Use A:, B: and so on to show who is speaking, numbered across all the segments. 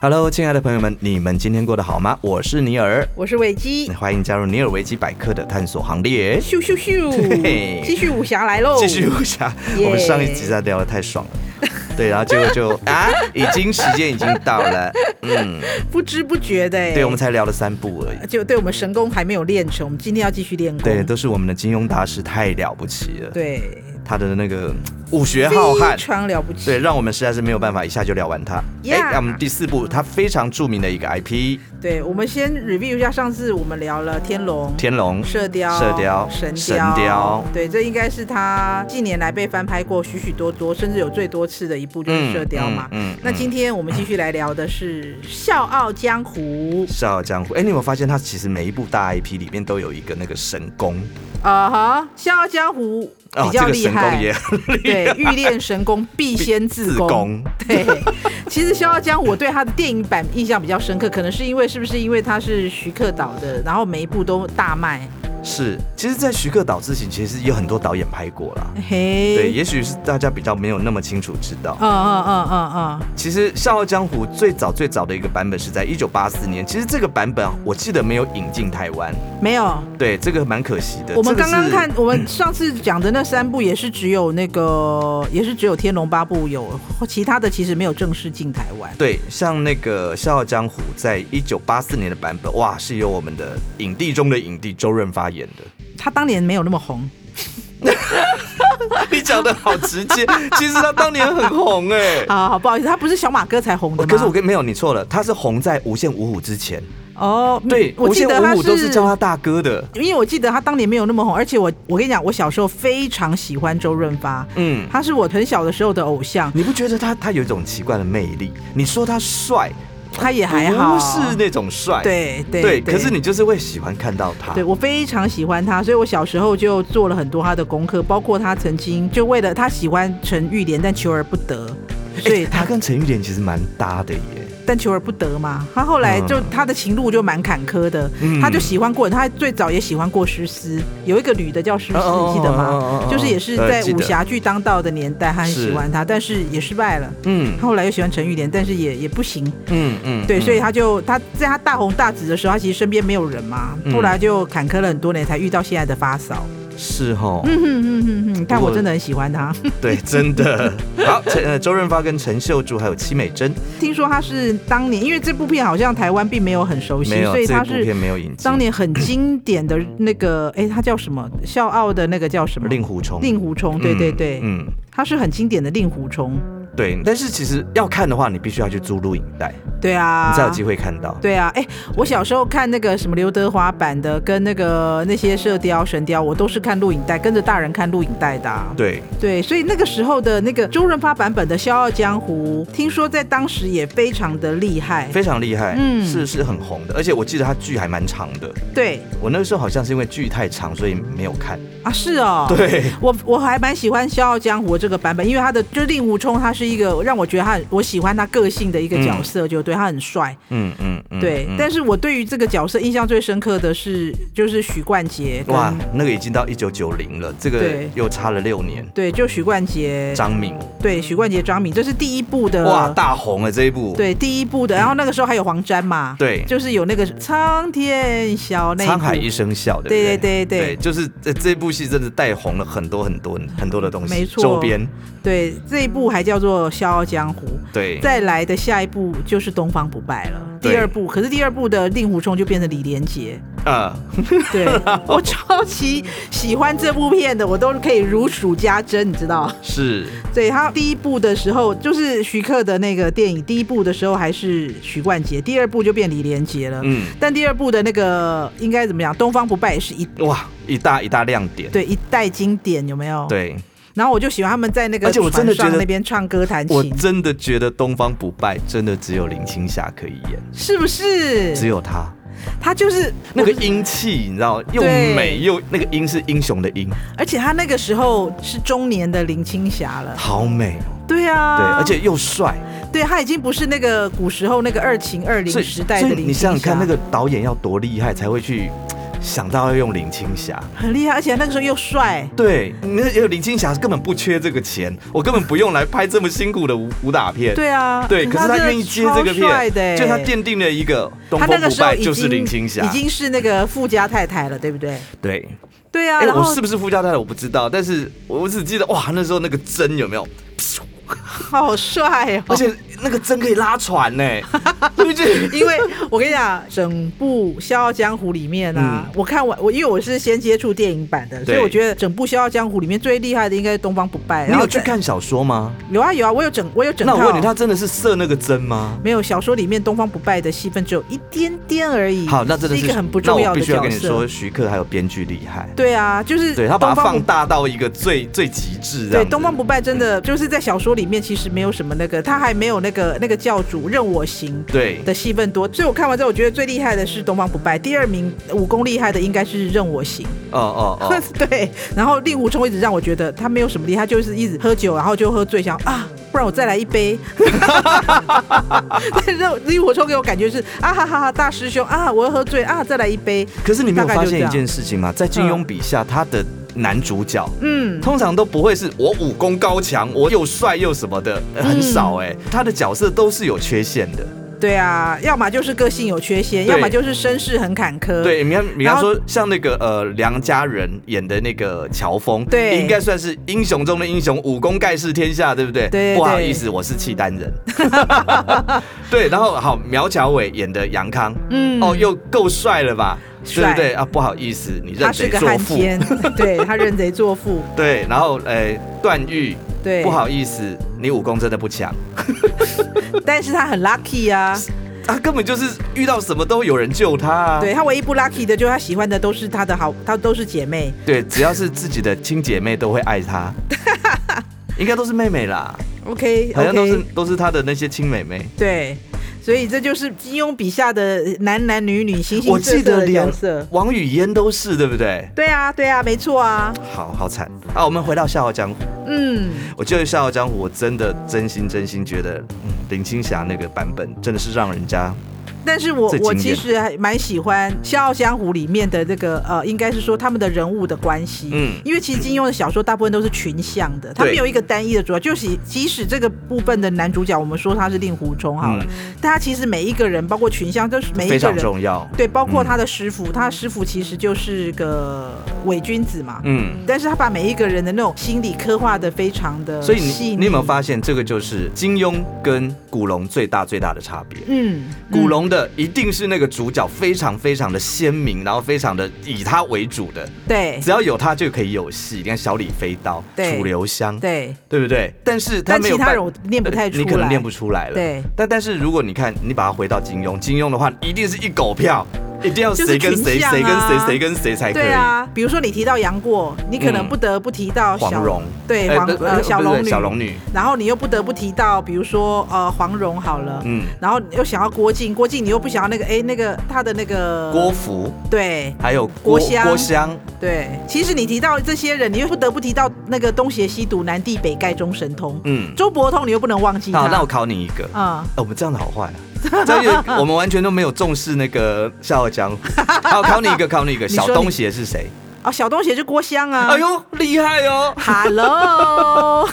A: Hello，亲爱的朋友们，你们今天过得好吗？我是尼尔，
B: 我是伟基，
A: 欢迎加入尼尔维基百科的探索行列。
B: 咻咻
A: 嘿
B: 咻，继续武侠来喽！
A: 继续武侠，
B: 耶
A: 我们上一集在聊的太爽了，对，然后结果就 啊，已经时间已经到了，嗯，
B: 不知不觉的，
A: 对，我们才聊了三部而已，
B: 就对我们神功还没有练成，我们今天要继续练功。
A: 对，都是我们的金庸大师太了不起了，
B: 对，
A: 他的那个武学浩瀚
B: 非。常了不起。
A: 对，让我们实在是没有办法一下就聊完它。哎
B: Yeah
A: 那我们第四部，它非常著名的一个 IP《
B: 对我们先 review 一下上次我们聊了天龙、
A: 天龙》。
B: 射雕、
A: 射雕
B: 神
A: 神雕
B: 对，这应该是他近年来被翻拍过许许多多，甚至有最多次的一部就是射雕嘛。
A: 嗯嗯嗯
B: 那今天我们继续来聊的是《笑傲江湖》
A: 笑傲江湖，哎、你有没有发现它其实每一部大 IP 里面都有一个那个神功
B: 啊哈，《笑傲江湖》
A: 哦
B: 比，
A: 这
B: 较
A: 个
B: 厉
A: 神
B: 害，
A: 功也很
B: 对，欲练神功，必先自
A: 自
B: 宫。
A: 宫，
B: 对，其实《笑傲江湖》我对他的电影版印象比较深刻，可能是因为是不是因为他是徐克导的，然后每一部都大卖。
A: 是，其实，在徐克导之前，其实有很多导演拍过
B: 哎
A: 啦。
B: 嘿，
A: 对，，也许是大家比较没有那么清楚知道。
B: 嗯嗯嗯嗯嗯，
A: 其实《笑傲江湖》最早最早的一个版本是在一九八四年，其实这个版本啊我记得没有引进台湾，
B: 没有。
A: 对，这个蛮可惜的。
B: 我们
A: 这个
B: 刚
A: 是
B: 刚看，我们上次讲的那三部也是只有那个，也是只有《天龙八部》有，其他的其实没有正式进台湾。
A: 对，像那个《笑傲江湖》在一九八四年的版本，哇，是由我们的影帝中的影帝周润发演的。
B: 他当年没有那么红，
A: 你讲的好直接，其实他当年很红哎、
B: 啊好好不好意思，他不是小马哥才红的
A: 哦
B: 吗？
A: 可是我跟没有你错了，他是红在《无限五虎》之前，
B: 哦，
A: 对，《
B: 我
A: 无
B: 记
A: 限
B: 得
A: 五
B: 他
A: 虎》都是叫他大哥的。
B: 因为我记得他当年没有那么红，而且我我跟你讲，我小时候非常喜欢周润发，
A: 嗯，
B: 他是我很小的时候的偶像，
A: 你不觉得他他有一种奇怪的魅力？你说他帅，
B: 他也还好，啊
A: 不是那种帅，
B: 对
A: 对，
B: 对
A: 可是。你就是会喜欢看到他
B: 对，。我非常喜欢他，所以我小时候就做了很多他的功课，包括他曾经就为了他喜欢陈玉莲，但求而不得，所以
A: 哎
B: 他、
A: 他跟陈玉莲其实蛮搭的耶。
B: 但求而不得嘛。他后来就、
A: 嗯
B: 他的情路就蛮坎坷的，
A: 嗯
B: 他就喜欢过，他最早也喜欢过诗诗，有一个女的叫诗诗，
A: 哦哦
B: 记得吗？
A: 哦哦哦哦
B: 就是也是
A: 呃
B: 在
A: 记得
B: 武侠剧当道的年代，他很
A: 是
B: 喜欢她，但是也失败了。
A: 嗯
B: 他后来又喜欢陈玉莲，但是也也不行，
A: 嗯嗯，
B: 对，
A: 嗯
B: 所以他就他在他大红大紫的时候，他其实身边没有人嘛，
A: 嗯
B: 后来就坎坷了很多年，才遇到现在的 发嫂。
A: 是哈，
B: 嗯哼哼哼哼，但
A: 不过
B: 我真的很喜欢他。
A: 对，真的。好，陈呃周润发跟陈秀柱还有戚美珍，
B: 听说他是当年，因为这部片好像台湾并没有很熟悉
A: 没，有
B: 所以
A: 这
B: 他
A: 部片
B: 是
A: 没有引进。
B: 当年很经典的那个，哎，他叫什么？笑傲的那个叫什么？
A: 令狐冲，
B: 令狐冲，对对
A: 嗯
B: 对，
A: 嗯，
B: 他是很经典的令狐冲。
A: 对。但是其实要看的话，你必须要去租录影带，
B: 对啊，
A: 你才有机会看到。
B: 对啊，哎、我小时候看那个什么刘德华版的，跟那个那些射雕、神雕，我都是看录影带，跟着大人看录影带的、啊。
A: 对，
B: 对，所以那个时候的那个周润发版本的《笑傲江湖》，听说在当时也非常的厉害。
A: 非常厉害，
B: 嗯
A: 是是很红的，而且我记得他剧还蛮长的。
B: 对
A: 我那个时候好像是因为剧太长，所以没有看。
B: 啊，是哦。。
A: 对，
B: 我我还蛮喜欢《笑傲江湖》这个版本，因为他的就是令狐冲，他是一个让我觉得他很我喜欢他个性的一个角色，就对他很帅，
A: 嗯嗯嗯，
B: 对。
A: 嗯
B: 但是我对于这个角色印象最深刻的是就是许冠杰跟
A: 哇，那个已经到一九九零了，这个
B: 对
A: 又差了六年。
B: 对，就许冠杰
A: 张敏，
B: 对，许冠杰、张敏，这是第一部的
A: 哇，大红了这一部。
B: 对第一部的，然后那个时候还有黄沾嘛，
A: 对
B: 就是有那个苍天笑那一部
A: 沧海一声笑，对不对
B: 对对对
A: 对，就是这这部戏真的带红了很多很多很多的东西，
B: 没错
A: 周边，
B: 对这一部还叫做《笑傲江湖》，
A: 对，
B: 再来的下一部就是《东方不败》了，
A: 对
B: 第二部，可是第二部的令狐冲就变成李 连杰，
A: 呃，
B: 对我超级喜欢这部片的，我都可以如数家珍，你知道。
A: 是，
B: 对他第一部的时候，就是徐克的那个电影，第一部的时候还是许冠杰，第二部就变李连杰了。
A: 嗯，
B: 但第二部的那个应该怎么讲？东方不败也是一
A: 哇，一大一大亮点，
B: 对一代经典，有没有？。
A: 对，
B: 然后我就喜欢他们在那个
A: 而且我真的
B: 船上
A: 觉得
B: 那边唱歌弹
A: 我
B: 琴，
A: 真的觉得东方不败真的只有林青霞可以演，
B: 是不是？
A: 只有她
B: 他就是
A: 那个英气，你知道，又
B: 对
A: 美又那个英是英雄的英，
B: 而且他那个时候是中年的林青霞了。
A: 好美哦。
B: 对啊，
A: 对，而且又帅，
B: 对他已经不是那个古时候那个二秦二
A: 所以
B: 零时代
A: 所
B: 的
A: 以
B: 林青霞。
A: 你想想看，那个导演要多厉害才会去想到要用林青霞。
B: 很厉害，而且那个时候又帅，
A: 对，那有林青霞根本不缺这个钱，我根本不用来拍这么辛苦的武武打片。
B: 对啊，
A: 对，可是他
B: 真的
A: 愿意接这个
B: 超帅的欸
A: 片，就他奠定了一个东
B: 他那
A: 风
B: 个
A: 不
B: 时候
A: 败
B: 已经
A: 就是林青霞
B: 已。经是那个富家太太了，对不对？
A: 对，
B: 对啊，
A: 哎，
B: 然
A: 我
B: 后
A: 是不是富家太太我不知道，但是我只记得哇，那时候那个针有没有？
B: 好帅 哦，
A: 而且那个针可以拉船呢，对不 对？
B: 因为我跟你讲，整部《笑傲江湖》里面啊，我看完我因为我是先接触电影版的，所以
A: 嗯对
B: 我觉得整部《笑傲江湖》里面最厉害的应该是东方不败。
A: 你
B: 然后
A: 有去
B: 在？
A: 看小说吗？
B: 有啊有啊，我有整我有整
A: 那
B: 套。
A: 我问你，他真的是射那个针吗？
B: 没有小说里面东方不败的戏份只有一点点而已。
A: 好，那真的
B: 嗯是
A: 是
B: 一个很不重
A: 那
B: 要
A: 我
B: 的
A: 必须要
B: 角
A: 跟你说，
B: 色。
A: 徐克还有编剧厉害。
B: 对啊，就是
A: 对他把它
B: 东方
A: 放
B: 不
A: 大到一个最最极致这样
B: 对
A: 子。
B: 东方不败真的就是在小说里面其实没有什么那个，他还没有那个那个教主任我行
A: 对
B: 的戏份多，所以我看完之后，我觉得最厉害的是东方不败，第二名武功厉害的应该是任我行，
A: 哦哦 哦，
B: 对。然后令狐冲一直让我觉得他没有什么厉害，他就是一直喝酒，然后就喝醉，想啊，不然我再来 一杯。但是令狐冲给我感觉是啊哈哈哈，大师兄啊，我又喝醉啊，再来一杯。
A: 可是你没有
B: 大概
A: 发
B: 就这
A: 现一
B: 样
A: 件事情吗？在金庸笔下，他的男主角
B: 嗯，
A: 通常都不会是我武功高强，我又帅又什么的，呃很少
B: 嗯
A: 哎、他的角色都是有缺陷的。
B: 对啊，要么就是个性有缺陷，
A: 对
B: 要么就是身世很坎坷。
A: 对，你看，比
B: 然
A: 方
B: 后
A: 说像那个呃梁家仁演的那个乔峰，
B: 对
A: 应该算是英雄中的英雄，武功盖世天下，对不对？
B: 对
A: 不好
B: 对
A: 意思，我是契丹人。 对，然后好，苗侨伟演的杨康，
B: 嗯
A: 哦，又够帅了吧？对
B: 帅
A: 不对啊？不好意思，你认
B: 他是
A: 贼
B: 个
A: 作
B: 汉
A: 父。
B: 奸，对他认贼作父，
A: 对，然后呃，段誉，
B: 对，
A: 不，好意思，你武功真的不强，
B: 但是他很 lucky 啊，
A: 他根本就是遇到什么都有人救他啊。
B: 对他唯一不 lucky 的就是他喜欢的都是他的好，他都是姐妹，
A: 对，只要是自己的亲姐妹都会爱 他，应该都是妹妹啦，
B: OK
A: 好像都是
B: OK，
A: 都是他的那些亲妹妹。
B: 对，所以这就是金庸笔下的男男女女形
A: 我
B: 形色
A: 记
B: 色
A: 得
B: 的
A: 连
B: 角色。
A: 王语嫣都是，对不对？
B: 对啊，对啊，没错啊，
A: 好好惨啊！我们回到《笑傲江湖》，
B: 嗯，
A: 我觉得《笑傲江湖》，我真的真心真心觉得，嗯，林青霞那个版本真的是让人家
B: 但是我
A: 最
B: 我
A: 经
B: 其
A: 典
B: 实还蛮喜欢《笑傲江湖》里面的这个呃，应该是说他们的人物的关系，
A: 嗯
B: 因为其实金庸的小说大部分都是群像的，它
A: 对
B: 没有一个单一的主要，就是即使这个部分的男主角，我们说他是令狐冲好了，但他其实每一个人，包括群像，就是每一
A: 嗯非
B: 个
A: 常
B: 人。
A: 重要。
B: 对，包括他的师傅，他的师傅其实就是个伪君子嘛，
A: 嗯，
B: 但是他把每一个人的那种心理刻画的非常的
A: 所以
B: 细腻
A: 你你有没有？发现，这个就是金庸跟古龙最大最大的差别？
B: 嗯，
A: 古
B: 嗯
A: 龙的一定是那个主角非常非常的鲜明，然后非常的以他为主的，
B: 嗯对
A: 只要有他就可以有戏。你看小李飞刀、
B: 对
A: 楚留香，
B: 对，
A: 对不对？但是他
B: 但
A: 没
B: 其
A: 有
B: 他
A: 办呃
B: 人我念不太出来，
A: 你可能念不出来了。
B: 对
A: 但但是如果你看，你把它回到金庸，金庸的话一定是一狗票，一定要谁跟
B: 就是群
A: 谁、
B: 像啊
A: 谁跟谁、谁跟谁才可
B: 对
A: 以。
B: 啊，比如说你提到杨过，你可能
A: 嗯
B: 不得不提到小
A: 黄蓉
B: 对
A: 哎
B: 黄
A: 对
B: 呃
A: 对
B: 小
A: 对
B: 龙
A: 对
B: 女，
A: 小龙女，
B: 然后你又不得不提到，比如说呃黄蓉好了，嗯
A: 嗯，
B: 然后又想要郭靖，郭靖你又不想要那个哎那个他的那个
A: 郭芙，
B: 对
A: 还有
B: 郭襄
A: 郭襄，
B: 对，其实你提到这些人，你又不得不提到那个东邪西毒南帝北丐中神通，
A: 嗯，
B: 周伯通你又不能忘记
A: 好，那我
B: 他，
A: 考你一个，
B: 啊、
A: 呃，我们这样的好坏啊？这样就我们完全都没有重视那个《笑傲 江湖》。好，考你一个，考你一个，
B: 你说
A: 小
B: 你
A: 东邪是谁？
B: 哦小东邪就郭襄啊，
A: 哎呦，厉害哦！
B: Hello，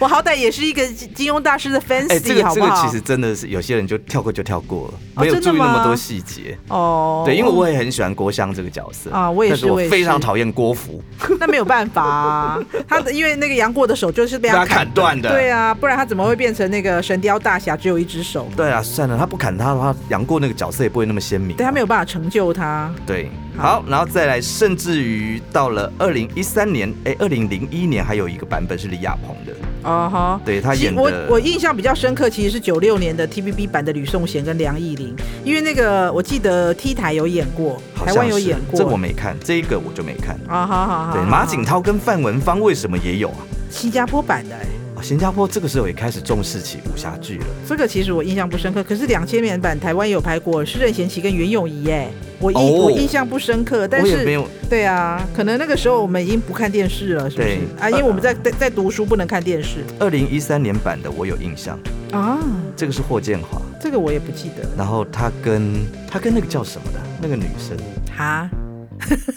B: 我 好歹也是一个金金庸大师的 fans，、
A: 哎，这个
B: 好
A: 这
B: 不
A: 个
B: 好？
A: 其实真的是有些人就跳过就跳过了，
B: 哦
A: 没有
B: 真的
A: 注意那
B: 吗
A: 么多细节。
B: 哦，
A: 对，因为我也很喜欢郭襄这个角色
B: 啊我也
A: 但
B: 是
A: 是我
B: 我也是
A: 非常讨厌郭芙，
B: 那没有办法、啊，他的因为那个杨过的手就是
A: 被
B: 被他
A: 他
B: 砍。
A: 砍断的。
B: 对啊，不然他怎么会变成那个神雕大侠只有一只手？
A: 对啊，算了，他不砍他的话，杨过那个角色也不会那么鲜明。
B: 对他没
A: 有
B: 有办法成就他。
A: 对。好，然后再来，甚至于到了二零一三年，哎，二零零一年还有一个版本是李亚鹏的，
B: 哦哈，
A: Uh-huh 对他
B: 其
A: 演的
B: 我我印象比较深刻，其实是九六年的 TVB 版的吕颂贤跟梁艺玲，因为那个我记得 T 台有演过，
A: 好
B: 台
A: 像
B: 湾有
A: 是
B: 演过。
A: 这我没看，这一个我就没看。
B: 啊，好好好，
A: 对，
B: 好
A: 马景涛跟范文芳为什么也有啊？
B: 新加坡版的、哎
A: 啊新加坡这个时候也开始重视起武侠剧了。
B: 这个其实我印象不深刻，可是两千年版台湾有拍过，是任贤齐跟袁咏仪哎，我印、
A: 哦
B: 我印象不深刻，但
A: 我也没
B: 是
A: 有
B: 对啊，可能那个时候我们已经不看电视了，是不是
A: 对
B: 啊？因为我们在在在读书，不能看电视
A: 二零一三年版的，我有印象，
B: 啊，
A: 这个是霍建华，
B: 这个我也不记得了
A: 然后他跟他跟那个叫什么的那个女生，
B: 哈。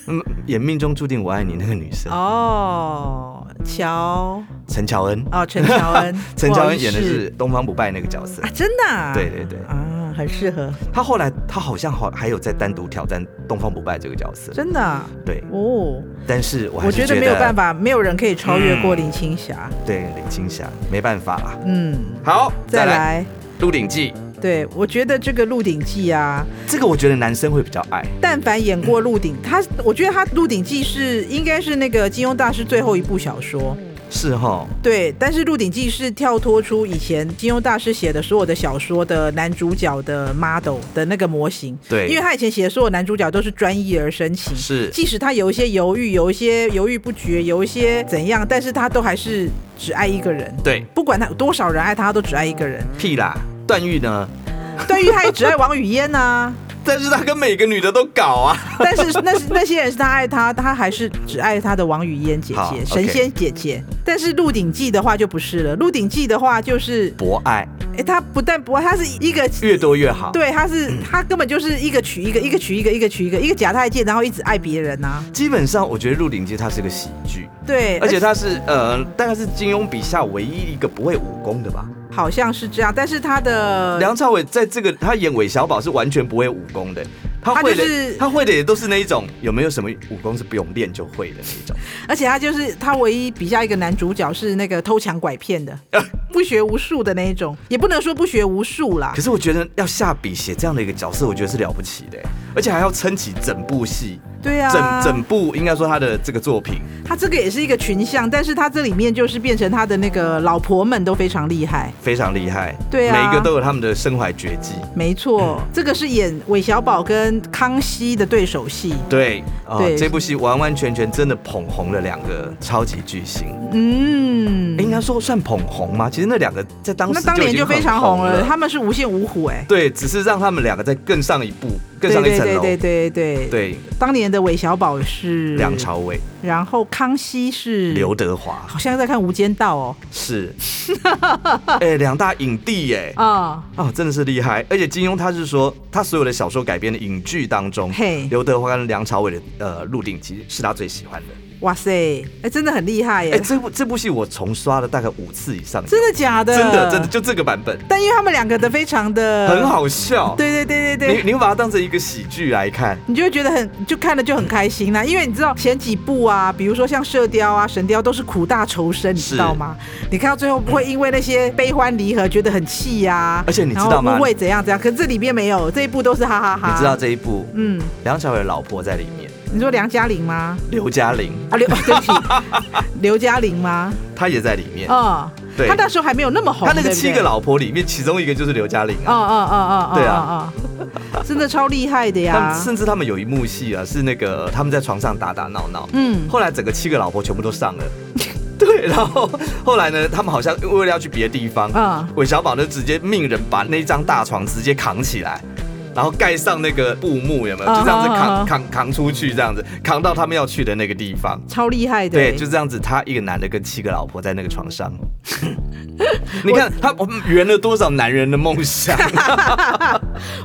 A: 嗯，演《命中注定我爱你》那个女生，
B: 哦，乔
A: 陈乔恩，，
B: 哦，陈乔恩
A: 陈乔恩演的
B: 不好意
A: 是
B: 思
A: 东方不败那个角色
B: 啊，。真的、啊，
A: 对对对
B: 啊，很适合，
A: 她后来她好像好还有在单独挑战东方不败这个角色，
B: 真的啊、
A: 对。
B: 哦，
A: 但是我还
B: 我
A: 是觉
B: 觉得没有办，法，没有人可以超越过林青霞。
A: 对林青霞没办法啦。
B: 嗯，
A: 好，
B: 再
A: 再来
B: 来，
A: 《鹿鼎记》，
B: 对我觉得这个《鹿鼎记》啊，
A: 这个我觉得男生会比较爱。
B: 但凡演过《鹿
A: 嗯
B: 鼎》，他我觉得他《鹿鼎记是》应该是那个金庸大师最后一部小说。
A: 是哈，
B: 对，但是《鹿鼎记》是跳脱出以前金庸大师写的所有的小说的男主角的 model 的那个模型，
A: 对
B: 因为他以前写的所有男主角都是专一而深情，
A: 是
B: 即使他有一些犹豫，有一些犹豫不决，有一些怎样，但是他都还是只爱一个人，
A: 对，
B: 不管他有多少人爱他，他都只爱一个人。
A: 屁啦。段誉呢？
B: 段誉他也只爱王语嫣啊呐、
A: 但是他跟每个女的都搞啊。
B: 但是那是那些人是他爱他，他还是只爱他的王语嫣姐
A: 好
B: 姐，
A: ，OK
B: 神仙姐姐。但是《鹿鼎记》的话就不是了，《鹿鼎记》的话就是，
A: 博爱
B: 哎，他不但不爱，他是一个。
A: 越多越好。，
B: 对，他是他根本就是一个娶一个，一个娶一个，一个娶一个，一个假太监，然后一直爱别人呐、
A: 基本上我觉得《鹿鼎记》它是个喜剧，
B: 对，
A: 而且它是呃，大概是金庸笔下唯一一个不会武功的吧。
B: 好像是这样，但是他的
A: 梁朝伟在这个他演韦小宝是完全不会武功的，他会的
B: 他就是
A: 他会的也都是那一种有没有什么武功是不用练就会的那一种。
B: 而且他就是他唯一比较一个男主角是那个偷抢拐骗的，不学无术的那一种，也不能说不学无术啦
A: 可。是我觉得要下笔写这样的一个角色，我觉得是了不起的，欸而且还要撑起整部戏，
B: 对啊，
A: 整整部应该说他的这个作品
B: 他这个也是一个群像，但是他这里面就是变成他的那个老婆们都非常厉害。
A: 非常厉害，
B: 对啊
A: 每一个都有他们的身怀绝技。
B: 没错，这个是演韦小宝跟康熙的对手戏。
A: 对啊、
B: 对
A: 这部戏完完全全真的捧红了两个超级巨星，
B: 嗯
A: 诶，应该说算捧红吗？其实那两个在当时
B: 那当
A: 已
B: 年
A: 经
B: 就非
A: 很
B: 常红了，
A: 了。
B: 他们是无线五虎哎、
A: 对，只是让他们两个再更上一步，更
B: 对
A: 上一
B: 对
A: 层
B: 对
A: 楼。
B: 对对对，
A: 对，
B: 当年的韦小宝是
A: 梁，朝伟、
B: 然后康熙是
A: 刘德华
B: 好像在看《无间道》哦。
A: 是，哎、两大影帝耶、
B: 啊、
A: 哦，真的是厉害！而且金庸他是说，他所有的小说改编的影剧当中
B: 嘿，
A: 刘德华跟梁朝伟的呃《鹿鼎记》是他最喜欢的。
B: 哇塞，哎、真的很厉害耶！
A: 哎、这部这部戏我重刷了大概五次以上，
B: 真的假的？
A: 真的真的。就这个版本
B: 但因为他们两个的非常的
A: 很，好笑。
B: 对对对对对。
A: 你你把它当成一个喜剧来看，
B: 你就会觉得很，就看了就很开心啦，因为你知道前几部啊，比如说像《射雕》啊、《神雕》都是苦大仇深，你
A: 是
B: 知道吗？你看到最后不会因为那些悲欢离合觉得很气呀、啊，
A: 而且你知
B: 然后
A: 道吗
B: 误会怎样怎样，可是这里面没有，这一部都是哈哈哈
A: 你知道，这一部
B: 嗯，
A: 梁朝伟的老婆在里面，
B: 你说梁嘉玲吗？
A: 刘嘉玲
B: 啊，刘，对不起，刘嘉玲吗？
A: 她也在里面。
B: 嗯，
A: 对
B: 她那时候还没有那么红，
A: 他那个
B: 对不对
A: 七个老婆里面，其中一个就是刘嘉玲
B: 哦
A: 啊。
B: 哦哦哦，
A: 对
B: 啊
A: 啊，
B: 哦真的超厉害的
A: 他
B: 呀
A: 们。甚至他们有一幕戏啊，是那个他们在床上打打闹闹，
B: 嗯，
A: 后来整个七个老婆全部都上了。 对，然后后来呢，他们好像为了要去别的地方，
B: 嗯
A: 韦小宝呢直接命人把那张大床直接扛起来，然后盖上那个布幕，有没有？
B: 嗯
A: 就这样子
B: 嗯嗯
A: 扛扛扛出去，这样子扛到他们要去的那个地方。
B: 超厉害的欸。
A: 对，就这样子，他一个男的跟七个老婆在那个床 上。 你看他圆了多少男人的梦 想？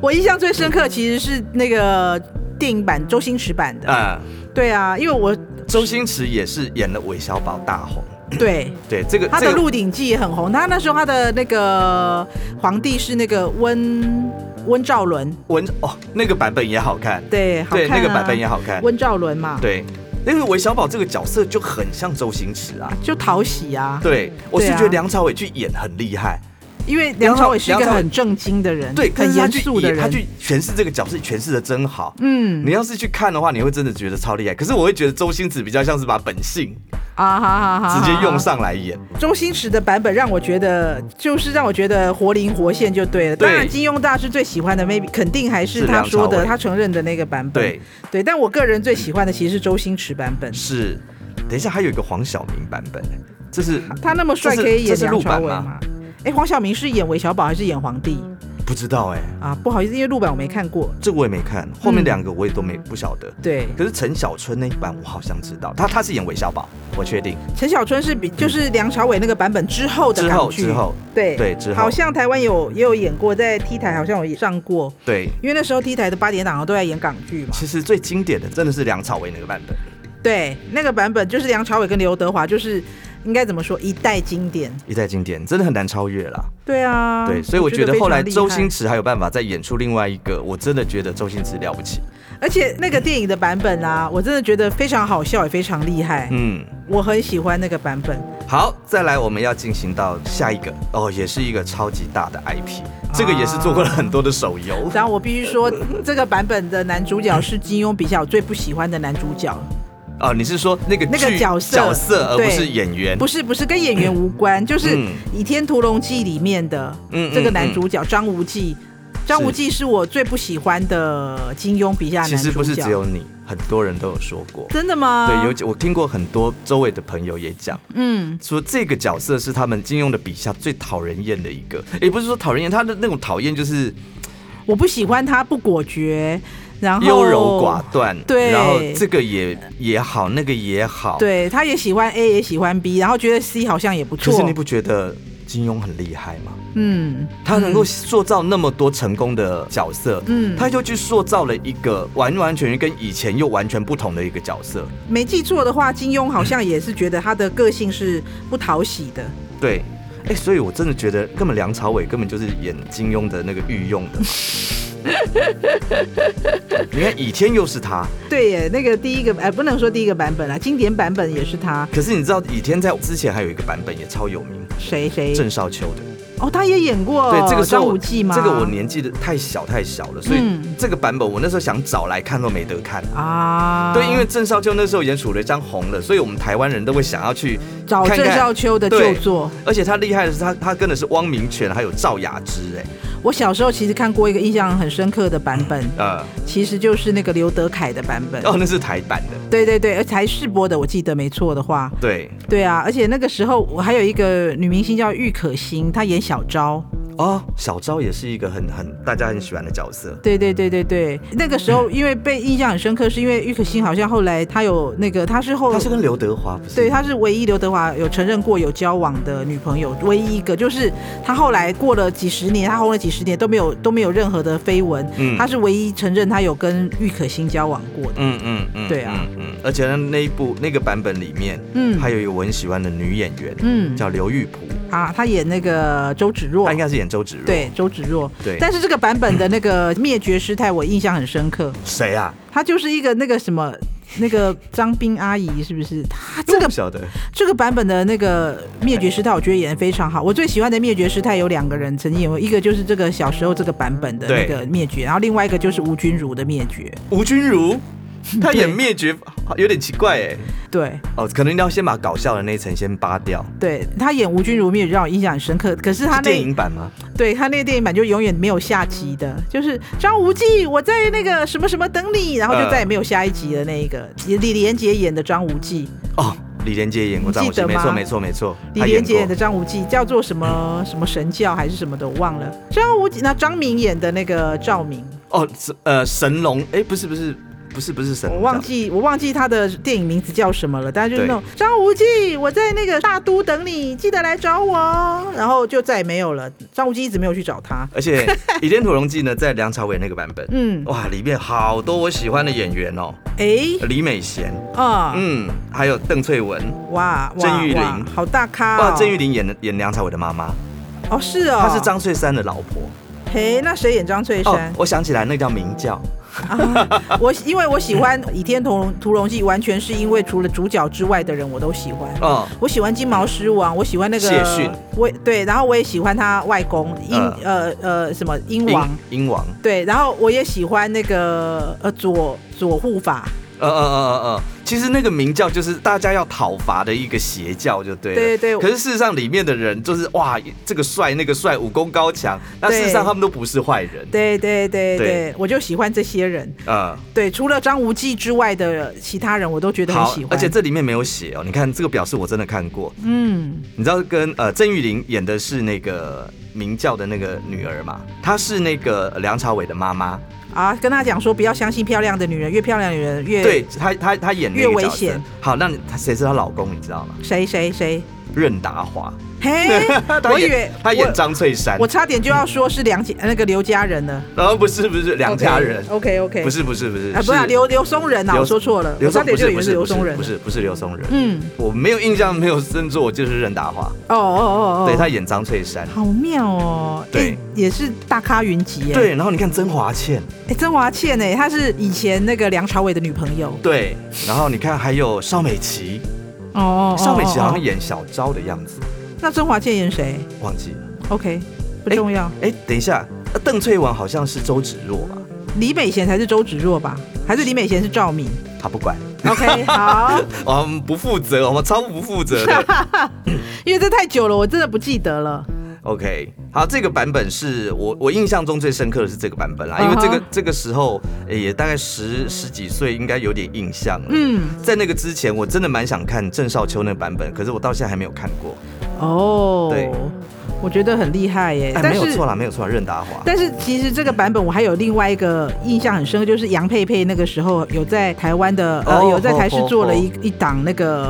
B: 我印象最深刻其实是那个电影版周星驰版的。
A: 啊、
B: 对啊，因为我
A: 周星驰也是演了韦小宝大红。
B: 对。
A: 对，这个
B: 他的
A: 这
B: 《
A: 个
B: 鹿鼎记》也很红，他那时候他的那个皇帝是那个温温兆伦，
A: 文哦，那个版本也好看，
B: 对，好看、
A: 对，
B: 啊、
A: 那个版本也好看，
B: 温兆伦嘛，
A: 对，因为韦小宝这个角色就很像周星驰啊。
B: 就讨喜啊，
A: 对，我是
B: 对啊
A: 觉得梁朝伟去演很厉害，
B: 因为梁朝伟是一个
A: 梁朝伟
B: 很正经的人，
A: 对，可
B: 很
A: 是他
B: 严
A: 去
B: 肃的
A: 演，
B: 人，
A: 他去诠释这个角色，诠释的真好。
B: 嗯
A: 你要是去看的话，你会真的觉得超厉害。可是我会觉得周星驰比较像是把本性
B: 啊嗯哈哈哈，
A: 直接用
B: 上。
A: 上来演，
B: 周星驰的版本让我觉得，就是让我觉得活灵活现就对了。
A: 对
B: 当然，金庸大师最喜欢的 maybe 肯定还是
A: 是
B: 他
A: 梁
B: 说
A: 朝
B: 的，
A: 伟
B: 他承认的那个版本。
A: 对，嗯
B: 对，但我个人最喜欢的其实是周星驰版本。
A: 是。等一下，还有一个黄晓明版本，这是
B: 他那么帅，
A: 这是
B: 可以演
A: 这是
B: 梁
A: 陆
B: 朝
A: 版
B: 伟
A: 吗
B: 吗？哎，黄晓明是演韦小宝还是演皇帝？
A: 不知道哎、
B: 啊，不好意思，因为陆版我没看过。
A: 这个我也没看，后面两个我也都没不晓得。
B: 对，
A: 可是陈小春那一版我好像知道，他他是演韦小宝，我确定。
B: 陈小春是比就是梁朝伟那个版本之后的
A: 之
B: 港
A: 后
B: 剧，
A: 之后，
B: 对
A: 对之后
B: 好像台湾有也有演过，在 T 台好像有也上过，
A: 对，
B: 因为那时候 T 台的八点档都在演港剧嘛。
A: 其实最经典的真的是梁朝伟那个版本，
B: 对，那个版本就是梁朝伟跟刘德华，就是应该怎么说一代经典。
A: 一代经典，真的很难超越啦。
B: 对啊，
A: 对，所以我觉得
B: 非常
A: 后来
B: 厉害
A: 周星，驰还有办法再演出另外一个，我真的觉得周星驰了不起。
B: 而且那个电影的版本啊，我真的觉得非常好笑，也非常厉害，
A: 嗯，
B: 我很喜欢那个版本。
A: 好，再来我们要进行到下一个哦，也是一个超级大的 IP，这个也是做过了很多的手游。
B: 然后我必须说，这个版本的男主角是金庸笔下我最不喜欢的男主角，
A: 哦，你是说那个
B: 那个
A: 剧
B: 角色
A: 角色，而不
B: 对
A: 是演员？
B: 不是不是跟演员无关，就是《
A: 嗯
B: 倚天屠龙记》里面的
A: 嗯
B: 这个男主角张无忌。张无忌是我最不喜欢的金庸笔下男
A: 其
B: 主角。
A: 实不是只有你，很多人都有说过。
B: 真的吗？
A: 对，有我听过很多周围的朋友也讲，
B: 嗯，
A: 说这个角色是他们金庸的笔下最讨人厌的一个，
B: 哦
A: 也不是说讨人厌，他的那种讨厌就是
B: 我不喜欢他不果决，然后
A: 优柔寡断，
B: 对
A: 然后这个也也好，那个也好，，
B: 对，他也喜欢 A 也喜欢 B，然后觉得 C 好像也不
A: 可
B: 错。
A: 是你不觉得金庸很厉害吗？
B: 嗯，
A: 他能够塑造那么多成功的角色，
B: 嗯
A: 他就去塑造了一个完完全全跟以前又完全不同的一个角色，
B: 没记错的话，金庸好像也是觉得他的个性是不讨喜的。
A: 对。哎、所以我真的觉得，根本梁朝伟根本就是演金庸的那个御用 的嘛。你看《倚天》又是他，
B: 对耶，那个第一个呃不能说第一个版本啦，经典版本也是他
A: 可是你知道《倚天》在之前还有一个版本也超有名，
B: 谁谁
A: 郑少秋的。
B: 哦，他也演过
A: 对，这个时
B: 张
A: 候
B: 无忌吗？
A: 这个我年纪的太小太小了，所以
B: 嗯
A: 这个版本我那时候想找来看都没得看。
B: 啊，
A: 对，因为郑少秋那时候已经楚留香红了，所以我们台湾人都会想要去
B: 找
A: 看
B: 郑
A: 看
B: 少秋的旧
A: 对
B: 作。
A: 而且他厉害的是他，他跟的是汪明荃还有赵雅芝，哎，
B: 我小时候其实看过一个印象很深刻的版本，
A: 呃，
B: 其实就是那个刘德凯的版本。
A: 哦，那是台版的，
B: 对对对，而台视播的，我记得没错的话，
A: 对，
B: 对啊，而且那个时候我还有一个女明星叫郁可欣，她演小昭，
A: 哦，小昭也是一个很很大家很喜欢的角色，
B: 对对对对对，那个时候因为被印象很深刻，是因为郁可欣好像后来她有那个，她是后
A: 他是跟刘德华不是？
B: 对，她是唯一刘德华有承认过有交往的女朋友，唯一一个，就是她后来过了几十年，她红了几十年都没有都没有任何的绯闻，
A: 嗯
B: 她是唯一承认她有跟郁可欣交往过的。
A: 嗯嗯嗯，
B: 对啊
A: 嗯嗯，而且呢那一部那个版本里面，
B: 嗯
A: 还有一个我很喜欢的女演员，
B: 嗯
A: 叫刘玉璞，
B: 啊，她演那个周芷若
A: 她，应该是演周芷若，，
B: 对周芷若，
A: 对
B: 但是这个版本的那个 灭绝师太，我印象很深刻。
A: 谁啊？
B: 她就是一个那个什么，那个张彬阿姨是不是？她这
A: 我
B: 个
A: 不晓得，
B: 这个版本的那个灭绝师太，我觉得演的非常好。我最喜欢的灭绝师太有两个人曾经演过，一个就是这个小时候这个版本的那
A: 对
B: 个灭绝，然后另外一个就是吴君如的灭绝。
A: 吴君 如，她演
B: 对
A: 灭绝有点奇怪哎，
B: 对
A: 哦，可能你要先把搞笑的那一层先扒掉，
B: 对，她演吴君如灭绝让我印象很深刻。可是她
A: 是电
B: 那
A: 影版吗？
B: 对她那个电影版就永远没有下集的，就是张无忌我在那个什么什么等你，然后就
A: 呃
B: 再也没有下一集的那一个。也李连杰演的张无忌，
A: 哦，李连杰演过
B: 你
A: 张无
B: 记
A: 忌，
B: 得
A: 没错
B: 吗
A: 没错没错，
B: 李
A: 他
B: 连杰演
A: 过
B: 的张无忌叫做什么什么神教还是什么的，我忘了。张无忌，那张明演的那个赵明，
A: 哦，神呃神龙，哎、不是不是不是不是神龙，
B: 我忘记我忘记他的电影名字叫什么了，但是就是那
A: 对
B: 种张无忌，我在那个大都等你，记得来找我哦，然后就再也没有了。张无忌一直没有去找他。
A: 而 且《倚天屠龙记》呢，在梁朝伟那个版本，
B: 嗯，
A: 哇，里面好多我喜欢的演员哦，
B: 哎，
A: 李美贤，
B: 啊，
A: 嗯，还有邓翠雯，
B: 哇哇
A: 郑裕玲
B: 哇好大咖
A: 哇，
B: 哦！
A: 郑裕玲演的演梁朝伟的妈妈，
B: 哦，是哦，
A: 她是。张翠珊的老婆。
B: 嘿，那谁演张翠
A: 哦
B: 珊，？
A: 我想起来，那个叫明教，哦
B: 我因为我喜欢《倚天屠龙屠龙记》，完全是因为除了主角之外的人我都喜欢。
A: 哦，
B: 我喜欢金毛狮王，我喜欢那个
A: 谢逊，
B: 我对，然后我也喜欢他外公英
A: 嗯
B: 呃呃什么英王，
A: 英王，
B: 对，然后我也喜欢那个呃左左护法，
A: 嗯呃呃呃呃呃，其实那个明教就是大家要讨伐的一个邪教，就对了。
B: 对对
A: 可是事实上，里面的人就是哇，这个帅那个帅，武功高强。那事实上，
B: 对
A: 他们都不是坏人。
B: 对对对
A: 对
B: 对，我就喜欢这些人。
A: 啊、
B: 对，除了张无忌之外的其他人，我都觉得很
A: 好
B: 喜，欢。
A: 而且这里面没有写哦。你看这个表示我真的看过。
B: 嗯，
A: 你知道跟呃郑裕玲演的是那个明教的那个女儿嘛？她是那个梁朝伟的妈妈。
B: 啊，跟他讲说不要相信漂亮的女人，越漂亮的女人越
A: 对，她她她演那
B: 越
A: 个
B: 危
A: 角色
B: 险。
A: 好，那你她谁是她老公？你知道吗？
B: 谁谁谁，
A: 任达华。，
B: 嘿
A: 她
B: 我以
A: 演
B: 为
A: 她演
B: 我
A: 张翠山
B: 我。差点就要说是梁家呃那个刘家人了，
A: 然后不是不是两家人。
B: OK OK，
A: 不是不是不是
B: 啊，不是啊刘刘松仁啊，
A: 刘
B: 我说错了，
A: 刘
B: 我差
A: 松
B: 点
A: 不
B: 就是以
A: 不
B: 为是
A: 是
B: 刘
A: 不是
B: 松仁，
A: 不是不是刘松仁，
B: 嗯，
A: 我没有印象没有深作，我就是任达华，
B: 哦哦哦哦，
A: 对他演张翠山，
B: 好妙哦，
A: 对
B: 哎，也是大咖云集耶，
A: 对，然后你看曾华倩，
B: 哎，曾华倩哎，她是以前那个梁朝伟的女朋友，
A: 对，然后你看还有邵美琪，
B: 哦哦，哦
A: 邵美琪好像，
B: 哦
A: 演小昭的样子，
B: 那曾华倩演谁
A: 忘记了，
B: ？OK，不重要，
A: 哎，等一下，呃邓萃雯好像是周芷若吧，
B: 李美贤才是周芷若吧？还是李美贤是赵敏
A: 他不管，
B: ？OK，好，
A: 我们不负责，我们超不负责 的
B: 因为这太久了，我真的不记得了。
A: ，OK，好，这个版本是我我印象中最深刻的是这个版本啦，因为这
B: 嗯
A: 个
B: 哼
A: 这个时候呃也大概十十几岁，应该有点印象了，
B: 嗯，
A: 在那个之前，我真的蛮想看郑少秋那个版本，可是我到现在还没有看过。
B: 哦，
A: 对，
B: 我觉得很厉害耶，
A: 哎，
B: 但
A: 没
B: 是
A: 有错啦，没有错啦，任达华。
B: 但是其实这个版本我还有另外一个印象很深，就是杨佩佩那个时候有在台湾的呃、
A: 哦
B: 有在台视
A: 哦
B: 做了
A: 哦
B: 一、一档那个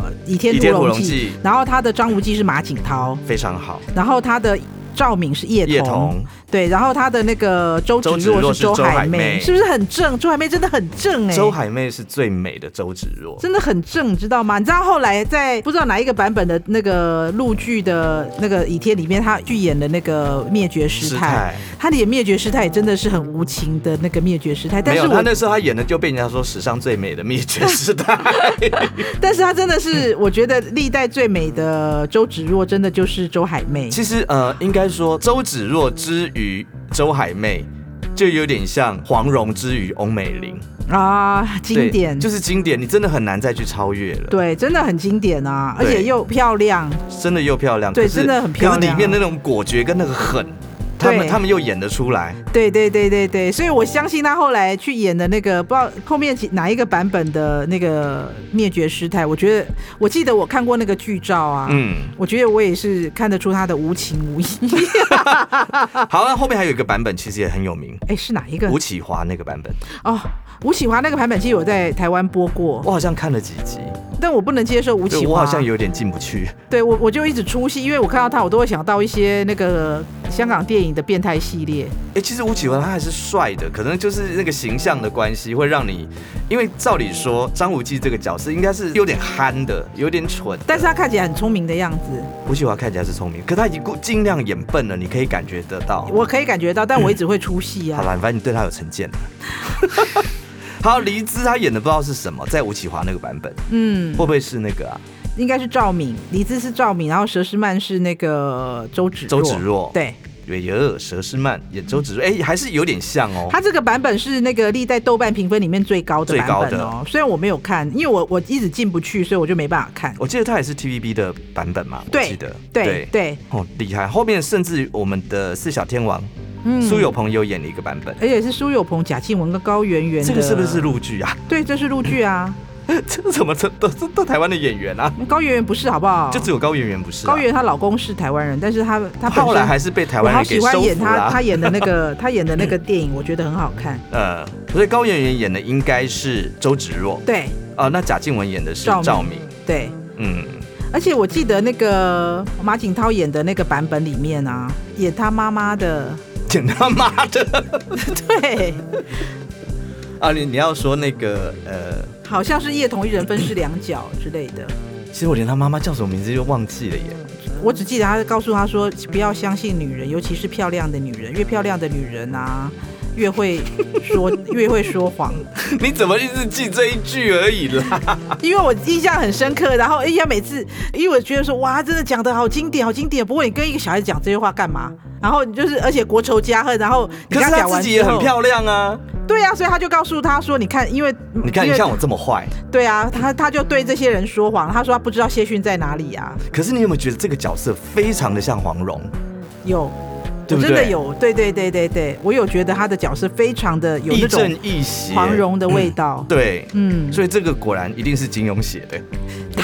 B: 呃《倚天
A: 倚天
B: 屠
A: 屠
B: 龙
A: 龙
B: 记
A: 记》，
B: 然后他的张无忌是马景涛，
A: 非常好，
B: 然后他的赵敏是叶
A: 叶
B: 童，
A: 童、
B: 对，然后他的那个周芷
A: 周芷
B: 若
A: 若
B: 是
A: 是
B: 周
A: 周
B: 海
A: 海
B: 媚，
A: 媚
B: 是不是很正？周海媚真的很正哎、
A: 周海媚是最美的周芷若，
B: 真的很正，你知道吗？你知道后来在不知道哪一个版本的那个陆剧的那个《倚天》里面，他去演的那个灭绝师
A: 师
B: 太，
A: 太
B: 他演灭绝师太也真的是很无情的那个灭绝师太，但
A: 没
B: 是
A: 有，他
B: 我
A: 那时候他演的就被人家说史上最美的灭绝师 太。
B: 但是他真的是我觉得历代最美的周芷若，真的就是周海媚。
A: 其实呃，应该说周芷若之于周海媚，就有点像黄蓉之于翁美玲，
B: 啊，经
A: 对
B: 典，
A: 就是是经典，你真的很难再去超越了。
B: 对，真的很经典啊，而
A: 对
B: 且又漂亮，
A: 真的又漂亮，
B: 对
A: 可是
B: 真的很漂亮
A: 可是里面那种果决跟那个狠，他
B: 对
A: 们他们又演得出来。
B: 对对对对对，所以我相信他后来去演的那个，不知道后面几哪一个版本的那个灭绝师太，我觉得我记得我看过那个剧照啊，
A: 嗯，
B: 我觉得我也是看得出他的无情 无义。
A: 好，啊那后面还有一个版本，其实也很有名，
B: 哎，是哪一个？
A: 吴启华那个版本，
B: 哦，吴启华那个版本其实我在台湾播过，
A: 我好像看了几集，
B: 但我不能接受吴
A: 对
B: 启华，
A: 我好像有点进不去。
B: 对我我就一直出戏，因为我看到他，我都会想到一些那个香港电影的变态系列。
A: 哎、其实吴启华他还是帅的，可能就是那个形象的关系，会让你，因为照理说张无忌这个角色应该是有点憨的，有点蠢的，
B: 但是他看起来很聪明的样子，
A: 吴启华看起来是聪明，可他已经故尽量演笨了，你可以感觉得到。
B: 我可以感觉到，但我一直会出戏
A: 嗯
B: 啊
A: 好。了，反正你对他有成见 了。好，黎姿她演的不知道是什么，在吴启华那个版本，
B: 嗯
A: 会，不会是那个啊？
B: 应该是赵敏，李姿是赵敏，然后佘诗曼是那个周芷
A: 周
B: 若
A: 芷若
B: 对，
A: 对，也有佘诗曼演周芷若，哎、还是有点像哦。
B: 她这个版本是那个历代豆瓣评分里面最高的
A: 最高
B: 版
A: 的
B: 本哦。虽然我没有看，因为我我一直进不去，所以我就没办法看。
A: 我记得她也是 TVB 的版本嘛，我
B: 对
A: 记得。
B: 对对，
A: 哦，厉害！后面甚至我们的四小天王
B: 嗯
A: 苏有，朋有演了一个版本，
B: 而且是苏有朋、贾静雯跟高圆圆的。
A: 这个是不是？陆剧啊？
B: 对，这是陆剧啊。
A: 这怎么这都都都台湾的演员啊？
B: 高圆圆不是好不好？
A: 就只有高圆圆不是、啊？
B: 哦高圆圆她老公是台湾人，但是她她本身
A: 后来还是被台
B: 我
A: 湾
B: 好
A: 人给
B: 喜欢
A: 收
B: 演
A: 服啊
B: 她
A: 啦、
B: 她演的那个她演的那个电影，我觉得很好看。
A: 呃，所以高圆圆演的应该是周芷若，
B: 对
A: 啊、那贾静雯演的是
B: 赵敏
A: 赵敏，
B: 对，
A: 嗯，
B: 而且我记得那个马景涛演的那个版本里面啊，演他妈妈的，
A: 演他妈的
B: 对，
A: 啊！你你要说那个呃，
B: 好像是叶童一人分饰两角之类的。
A: 其实我连他妈妈叫什么名字就忘记了耶。
B: 我只记得他告诉他说，不要相信女人，尤其是漂亮的女人，越漂亮的女人啊，越会说 越会说谎。
A: 你怎么一直记这一句而已啦？
B: 因为我印象很深刻，然后哎而且每次，因为我觉得说，哇，真的讲的好经典，好经典。不过你跟一个小孩子讲这些话干嘛？然后你就是而且国仇家恨，然后你
A: 可是
B: 刚
A: 她
B: 讲完
A: 自己也
B: 之
A: 很
B: 后
A: 漂亮啊！
B: 对呀、所以他就告诉他说：“你看，因为
A: 你看，
B: 因
A: 你
B: 为
A: 像我这么坏，
B: 对啊，他他就对这些人说谎，他说他不知道谢逊在哪里啊。
A: 可是你有没有觉得这个角色非常的像黄蓉？
B: 有，
A: 对不
B: 我真的
A: 对
B: 有，对对对对对，我有觉得他的角色非常的有
A: 亦
B: 那
A: 正
B: 种
A: 亦邪，
B: 黄蓉的味道。
A: 对，
B: 嗯，
A: 所以这个果然一定是金庸写的，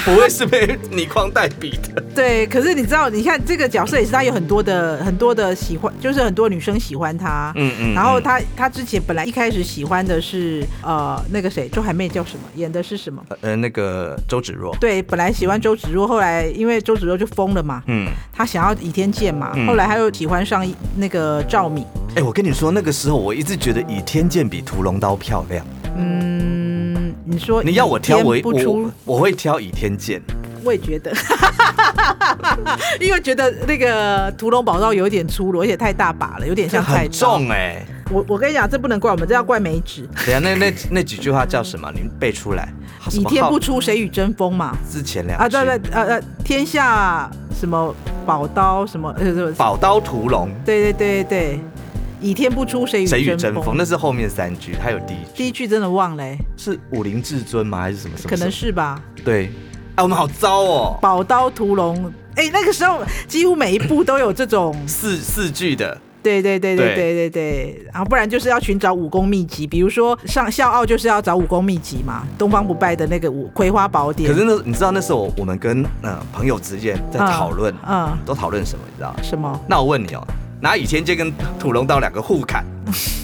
A: 不会是被倪匡代笔的。
B: 嗯对。可是你知道，你看这个角色也是他有很多的很多的喜欢，就是很多女生喜欢他。
A: 嗯嗯
B: 然后他他之前本来一开始喜欢的是呃那个谁周海媚叫什么演的是什么？
A: 呃，那个周芷若，
B: 对，本来喜欢周芷若，后来因为周芷若就疯了嘛，
A: 嗯，
B: 他想要倚天剑嘛，
A: 嗯
B: 后来他又喜欢上那个赵敏。
A: 哎、我跟你说，那个时候我一直觉得《倚天剑》比《屠龙刀》漂亮。
B: 嗯，你说
A: 你要我挑，我
B: 一不出
A: 我，我会挑《倚天剑》。
B: 我也觉得， 因为觉得那个屠龙宝刀有点粗鲁，而且太大把了，有点像菜
A: 很
B: 刀。
A: 重哎、
B: 我我跟你讲，这不能怪我们，这要怪梅子。
A: 等一下那那那几句话叫什么？你背出来。什
B: 倚
A: 么嗯
B: 天
A: 号
B: 不出，谁与争锋嘛？
A: 之前两
B: 啊，
A: 句
B: 对对，呃呃，天下什么宝刀什么呃什么，
A: 宝刀屠龙，
B: 对对对对，倚天不出，谁
A: 谁与
B: 与
A: 争
B: 锋？
A: 锋？那是后面三句，还有第一句
B: 第一句真的忘了、欸，
A: 是武林至尊吗？还是什么什么？
B: 可
A: 什
B: 能是吧。
A: 么对。哎、我们好糟哦，
B: 宝刀屠龙，哎、那个时候几乎每一部都有这种，
A: 四四句的。
B: 对对对
A: 对
B: 对对对对，然后不然就是要寻找武功秘籍，比如说上笑傲就是要找武功秘籍嘛，东方不败的那个武葵花宝典。
A: 可是那你知道那时候我我们跟呃朋友之间在讨论，
B: 嗯，
A: 都讨论什么？你知道吗？
B: 嗯什么？
A: 那我问你哦，拿倚天剑跟屠龙刀两个互砍，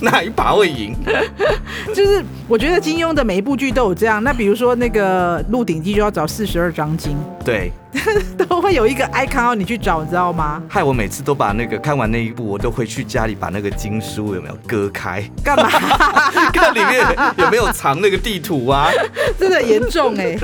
A: 哪一把会赢？
B: 就是我觉得金庸的每一部剧都有这样，那比如说那个《鹿鼎记》就要找四十二章经，
A: 对，
B: 都会有一个 icon 要你去找，你知道吗？
A: 害我每次都把那个看完那一部，我都回去家里把那个经书有没有割开，
B: 干嘛？
A: 看里面有没有藏那个地图啊？
B: 真的严重哎、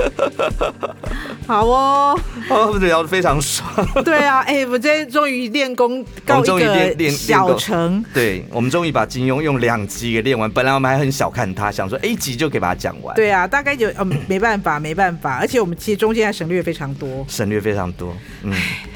B: 好哦。
A: 哦，聊得非常爽。
B: 对啊，哎、我今天终于练功
A: 我
B: 告
A: 们
B: 一
A: 终于练
B: 个
A: 练
B: 小
A: 练够
B: 成。
A: 对，我们终于把金庸用两集给练完。本来我们还很小看他，想说哎一集就可以把它讲完，
B: 对啊，大概就嗯， 没办法，没办法，而且我们其实中间还省略非常多。
A: 省略非常多。嗯，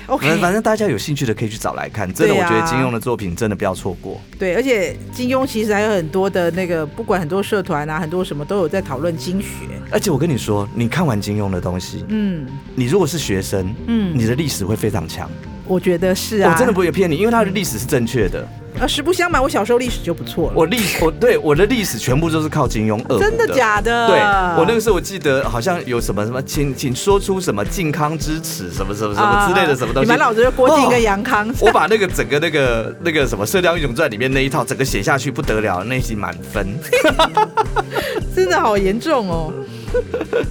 B: OK，
A: 反正大家有兴趣的可以去找来看。真的，
B: 对
A: 我
B: 啊
A: 觉得金庸的作品真的不要错过。
B: 对，而且金庸其实还有很多的那个，不管很多社团啊，很多什么都有在讨论经学。
A: 而且我跟你说，你看完金庸的东西，
B: 嗯
A: 你如果是学生，
B: 嗯，
A: 你的历史会非常强。
B: 我觉得是啊，
A: 哦我真的不会骗你，因为他的历史是正确的。
B: 呃，实不相瞒，我小时候历史就不错了。
A: 我历我对我的历史全部都是靠金庸恶补
B: 真的假的？
A: 对我那个时候我记得好像有什么什么，请请说出什么靖康之耻什么什么什么之类的什么东
B: 啊你
A: 西。
B: 满脑子就郭靖
A: 哦
B: 跟杨康。
A: 我把那个整个那个那个什么《射雕英雄传》里面那一套整个写下去不得了，那一集满分。
B: 真的好严 重哦。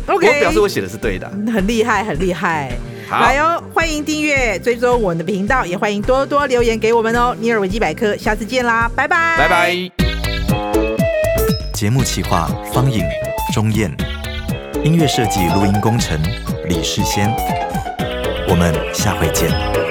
A: 我
B: OK，
A: 表示我写的是对的。
B: 很厉害，很厉害。
A: 好
B: 来哦，欢迎订阅、追踪我们的频道，也欢迎多多留言给我们哦。尼尔维基百科，下次见啦，拜拜，
A: 拜拜。
C: 节目企划方颖、钟燕，音乐设计、录音工程李世先。我们下回见。